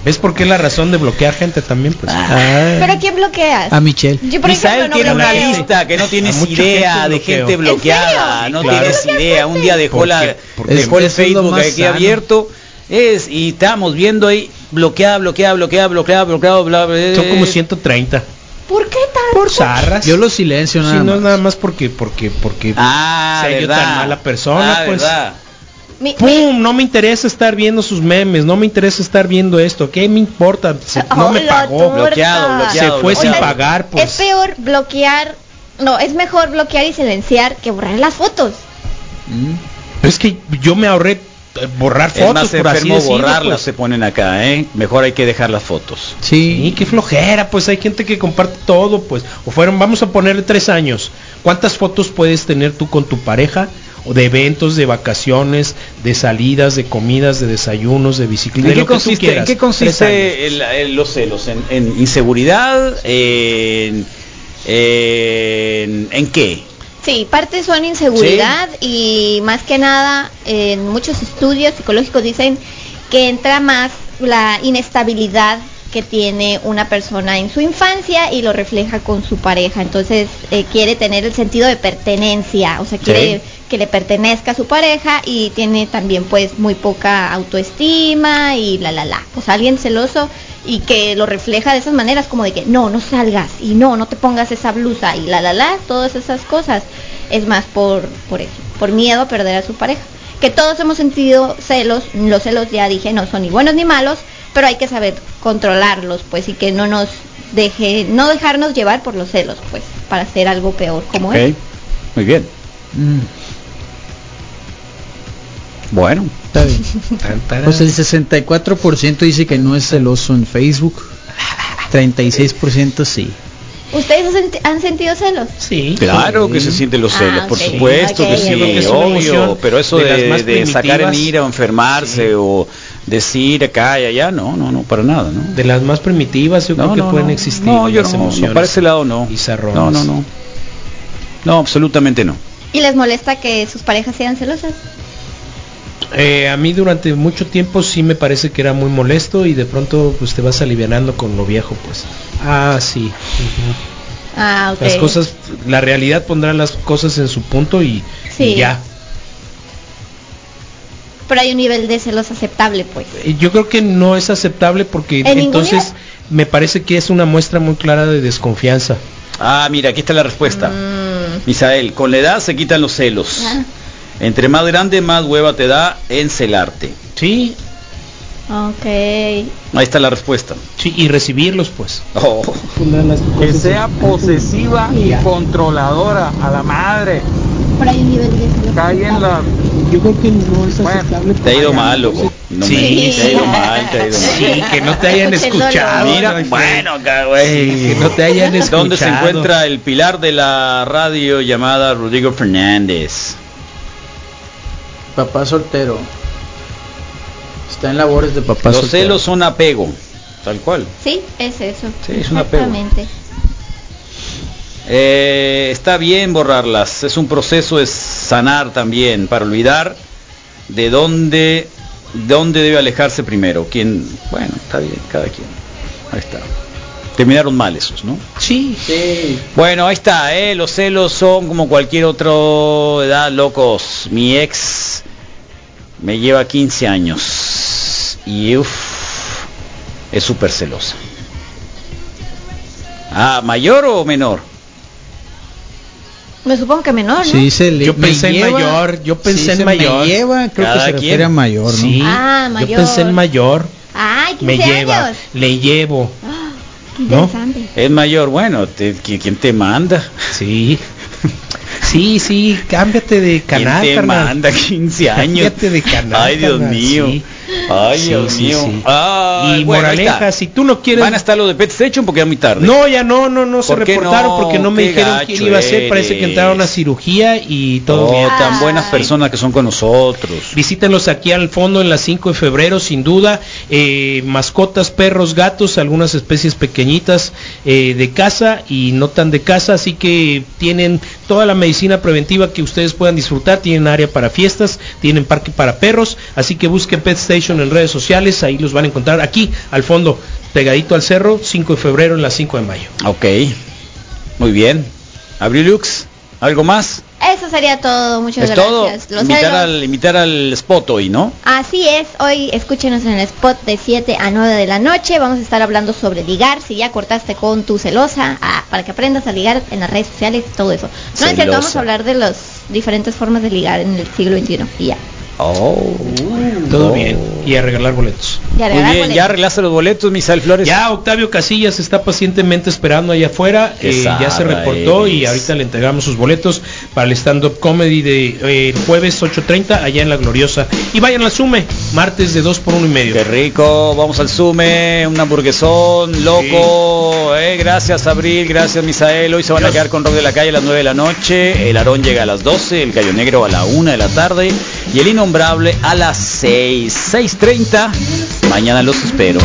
C: ¿Ves por qué la razón de bloquear gente también? Pues.
A: Ah,
D: ¿Pero a quién bloqueas?
C: Ah,
E: A Michelle.
D: Yo, por
A: Misael
D: ejemplo,
A: tiene
D: no
A: una
D: bloqueo.
A: lista que no tienes
C: mucha
A: idea
C: gente
A: de
C: bloqueo.
A: gente bloqueada,
D: ¿En
A: no
C: serio?
A: tienes
D: ¿Por qué
A: idea. Un día dejó
C: ¿Por
A: la
C: qué?
E: ¿Por qué?
A: dejó el
E: Eso es lo
A: Facebook
E: más
A: aquí
E: sano.
A: abierto es y estábamos viendo ahí bloqueada, bloqueada, bloqueada, bloqueada, bloqueada, bla, bla, bla.
C: Son como 130.
D: ¿Por qué tan?
C: Por zarras.
E: Yo lo silencio
C: Sí,
E: nada
C: no
E: más.
C: es nada más porque, porque, porque.
A: Ah,
C: Sea yo
A: verdad.
C: tan mala persona,
A: Ah,
C: pues.
A: verdad.
D: Mi-
C: ¡Pum! No me interesa estar viendo sus memes, no me interesa estar viendo esto. ¿Qué me importa? Se- no me
D: Hola,
C: pagó.
D: Oh, torta.
A: Bloqueado,
C: Se
A: bloqueado.
C: fue sin
A: bloqueado.
C: pagar,
D: Es
C: pues.
D: peor bloquear, no, es mejor bloquear y silenciar que borrar las fotos.
C: Pero es que yo me ahorré eh, borrar
A: Es
C: fotos,
A: más
C: por así
A: enfermo
C: decirlo.
A: borrarlas
C: pues.
A: se ponen acá, ¿eh? Mejor hay que dejar las fotos.
C: Y
E: Sí.
C: qué flojera, pues hay gente que comparte todo, pues. O fueron, vamos a ponerle tres años. ¿Cuántas fotos puedes tener tú con tu pareja? O de eventos, de vacaciones, de salidas, de comidas, de desayunos, de bicicleta,
A: ¿En
C: de
A: qué
C: lo que tú
A: consiste,
C: quieras.
A: en qué
C: Tres años.
A: consiste el- el- los celos? ¿En, en inseguridad? ¿En, en, en qué?
D: Sí, parte son inseguridad y más que nada en muchos estudios psicológicos dicen que entra más la inestabilidad que tiene una persona en su infancia y lo refleja con su pareja. Entonces eh, quiere tener el sentido de pertenencia, o sea, quiere
A: Sí.
D: que le pertenezca a su pareja y tiene también pues muy poca autoestima y la la la. O sea, alguien celoso y que lo refleja de esas maneras como de que no, no salgas y no, no te pongas esa blusa y la la la, todas esas cosas. Es más por por eso, por miedo a perder a su pareja. Que todos hemos sentido celos, los celos ya dije no son ni buenos ni malos, pero hay que saber controlarlos pues y que no nos deje no dejarnos llevar por los celos pues para hacer algo peor como
A: Ok,
D: es.
A: Muy bien.
E: Mm,
A: Bueno.
E: está bien.
C: Tan, taran.
E: Pues el 64% dice que no es celoso en Facebook. 36% sí.
D: ¿Ustedes han senti- han sentido celos?
C: Sí.
A: Claro que se sienten los
D: Ah,
A: celos, por
D: ok,
A: supuesto
D: ok,
A: que
D: ok.
A: sí,
D: Yo creo que
C: es una
A: obvio,
C: emoción
A: pero eso
C: de las
A: de,
C: más
A: de sacar en
C: primitivas.
A: ira o enfermarse o decir acá y allá, no, no, no, para nada, ¿no?
C: De las más primitivas yo
A: no,
C: creo que
A: no,
C: pueden
A: no.
C: existir.
A: No, yo
C: las
A: no, no,
C: emociones.
A: para ese lado no.
C: y zarrones.
A: No, no, no. No, absolutamente no.
D: ¿Y les molesta que sus parejas sean celosas?
C: Eh, a mí durante mucho tiempo sí me parece que era muy molesto y de pronto pues te vas alivianando con lo viejo pues. Ah, sí.
D: Ah, ok.
C: Las cosas, la realidad pondrá las cosas en su punto y,
D: Sí.
C: y ya.
D: Pero hay un nivel de celos aceptable, pues.
C: Eh, Yo creo que no es aceptable porque
D: ¿En ningún
C: entonces
D: nivel?
C: me parece que es una muestra muy clara de desconfianza.
A: Ah, mira, aquí está la respuesta.
D: Mm.
A: Misael, con la edad se quitan los celos.
C: Ah.
A: Entre más grande, más hueva te da en celarte.
C: Sí,
D: Ah, ok.
A: Ahí está la respuesta.
C: sí, y recibirlos pues.
A: Oh.
J: Que sea posesiva y controladora a la madre.
D: Pero hay un nivel de celos
J: Cae en la.
B: Yo creo que no es
J: Bueno,
B: aceptable.
A: Te ha ido mal, loco. No
C: Sí.
A: me- te ha ido mal, te ha ido mal.
C: Sí, que no te hayan
D: Escuché el dolor.
C: escuchado.
A: Mira,
C: ¿no?
A: bueno, acá, güey.
C: Que no te hayan escuchado.
A: ¿Dónde se encuentra el pilar de la radio llamada Rodrigo Fernández?
E: Papá soltero. Está en labores de papá
A: Los
E: soltero.
A: celos son apego, tal cual.
D: Sí, es eso.
A: Sí, es un apego.
D: Exactamente.
A: Eh, está bien borrarlas, es un proceso de sanar también, para olvidar de dónde, dónde debe alejarse primero. Quién, bueno, está bien, cada quien. Ahí está. Terminaron mal esos, ¿no?
C: Sí,
E: Sí.
A: Bueno, ahí está, ¿eh? los celos son como cualquier otro edad, locos. Mi ex me lleva 15 años y uff, es súper celosa. Ah, ¿mayor o menor?
D: Me supongo que menor, ¿no?
E: Sí, dice el-
C: Yo
E: me
C: pensé en
E: lleva-
C: mayor, yo
E: sí,
C: pensé en
E: dice
C: mayor.
E: Me lleva, creo
A: Cada
E: que se
A: quien.
E: refiere a mayor, ¿no?
C: Sí,
D: Ah,
C: yo
D: mayor.
C: pensé en mayor.
D: Ay, 15
C: Me lleva,
D: años.
C: le llevo.
D: Ah, qué
C: ¿No?
D: interesante.
A: Es mayor, bueno, te- qui- ¿quién te manda?
C: Sí. Sí, sí, cámbiate de canal,
A: ¿Quién te
C: carnal.
A: manda 15 años?
C: Cámbiate de canal,
A: Ay, Dios
C: carnal,
A: mío.
C: sí.
A: Ay,
C: Sí,
A: Dios
C: sí,
A: mío.
C: sí.
A: Ay,
C: y
A: bueno, ahí
C: moraleja,
A: está.
C: si tú no quieres
A: Van a estar los de Pet Station porque ya muy tarde.
C: No, ya no, no, no se
A: ¿Por qué
C: reportaron
A: no?
C: porque no me
A: Qué
C: dijeron
A: gacho
C: quién iba a ser. Parece
A: eres.
C: que entraron a cirugía y todo
A: Oh,
C: bien.
A: tan
D: Ay.
A: buenas personas que son con nosotros.
C: Visítenlos aquí al fondo en la 5 de febrero, sin duda. Eh, mascotas, perros, gatos, algunas especies pequeñitas eh, de casa y no tan de casa. Así que tienen toda la medicina preventiva que ustedes puedan disfrutar. Tienen área para fiestas, tienen parque para perros. Así que busquen Pet Station en redes sociales. Ahí los van a encontrar aquí al fondo, pegadito al cerro, 5 de febrero en la 5 de mayo.
A: Ok. Muy bien. Abrilux, ¿algo más?
D: Eso sería todo. Muchas
A: es todo.
D: gracias. Los
A: Invitar
D: celos.
A: al, invitar al spot hoy, ¿no?
D: Así es, hoy escúchenos en el spot de 7 a 9 de la noche. Vamos a estar hablando sobre ligar, si ya cortaste con tu celosa, ah, para que aprendas a ligar en las redes sociales y todo eso. No es cierto,
A: Celosa.
D: vamos a hablar de las diferentes formas de ligar en el siglo XXI. Y ya.
A: Oh.
C: Todo
A: Oh.
C: bien. Y a regalar boletos.
D: Ya
A: Muy
D: regalar
A: bien,
D: boletos.
A: ya arreglaste los boletos, Misael Flores.
C: Ya Octavio Casillas está pacientemente esperando allá afuera.
A: Qué
C: eh, ya se
A: zarra
C: reportó y
A: eres.
C: ahorita le entregamos sus boletos para el stand-up comedy de eh, el jueves 8.30 allá en La Gloriosa. Y vayan al Sume, martes de 2 por 1 y medio.
A: Qué rico, vamos al Sume, un hamburguesón, loco. eh, gracias Abril, gracias Misael. Hoy se van a quedar con Rock de la Calle a las 9 de la noche. El Aarón llega a las 12, el Gallo Negro a la 1 de la tarde y el Innombrable a las 6, 6.30. Mañana los espero.